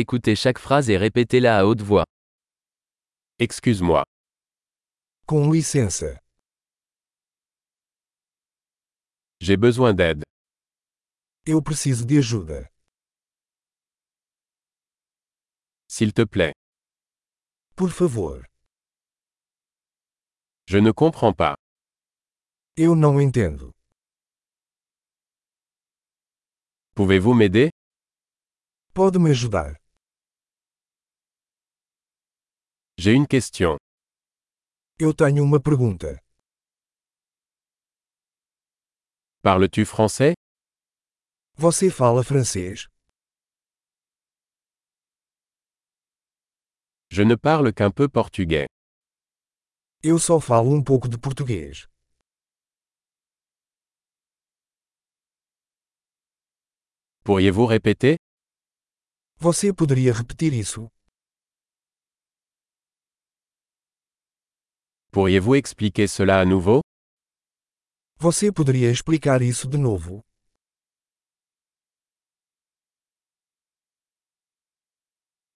Écoutez chaque phrase et répétez-la à haute voix. Excuse-moi. Com licença. J'ai besoin d'aide. Eu preciso de ajuda. S'il te plaît. Por favor. Je ne comprends pas. Eu não entendo. Pouvez-vous m'aider Pode me ajudar? J'ai une question. Eu tenho uma pergunta. Parles-tu français Você fala francês? Je ne parle qu'un peu portugais. Eu só falo um pouco de português. Pourriez-vous répéter Você poderia repetir isso? Pourriez-vous expliquer cela à nouveau Você poderia explicar isso de novo?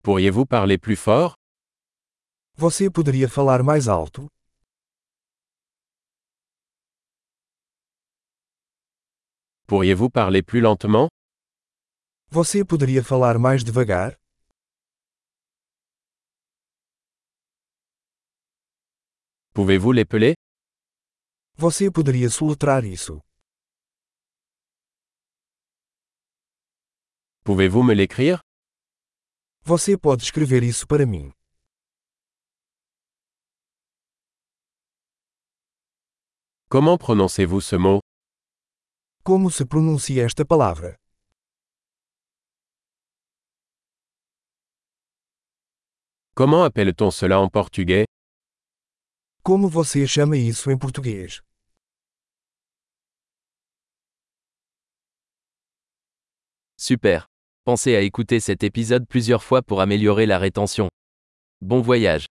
Pourriez-vous parler plus fort Você poderia falar mais alto? Pourriez-vous parler plus lentement Você poderia falar mais devagar? Pouvez-vous l'épeler Você poderia soletrar isso? Pouvez-vous me l'écrire Você pode escrever isso para mim? Comment prononcez-vous ce mot Como se pronuncia esta palavra? Comment appelle-t-on cela en portugais Como você chama isso em português? Super. Pensez à écouter cet épisode plusieurs fois pour améliorer la rétention. Bon voyage.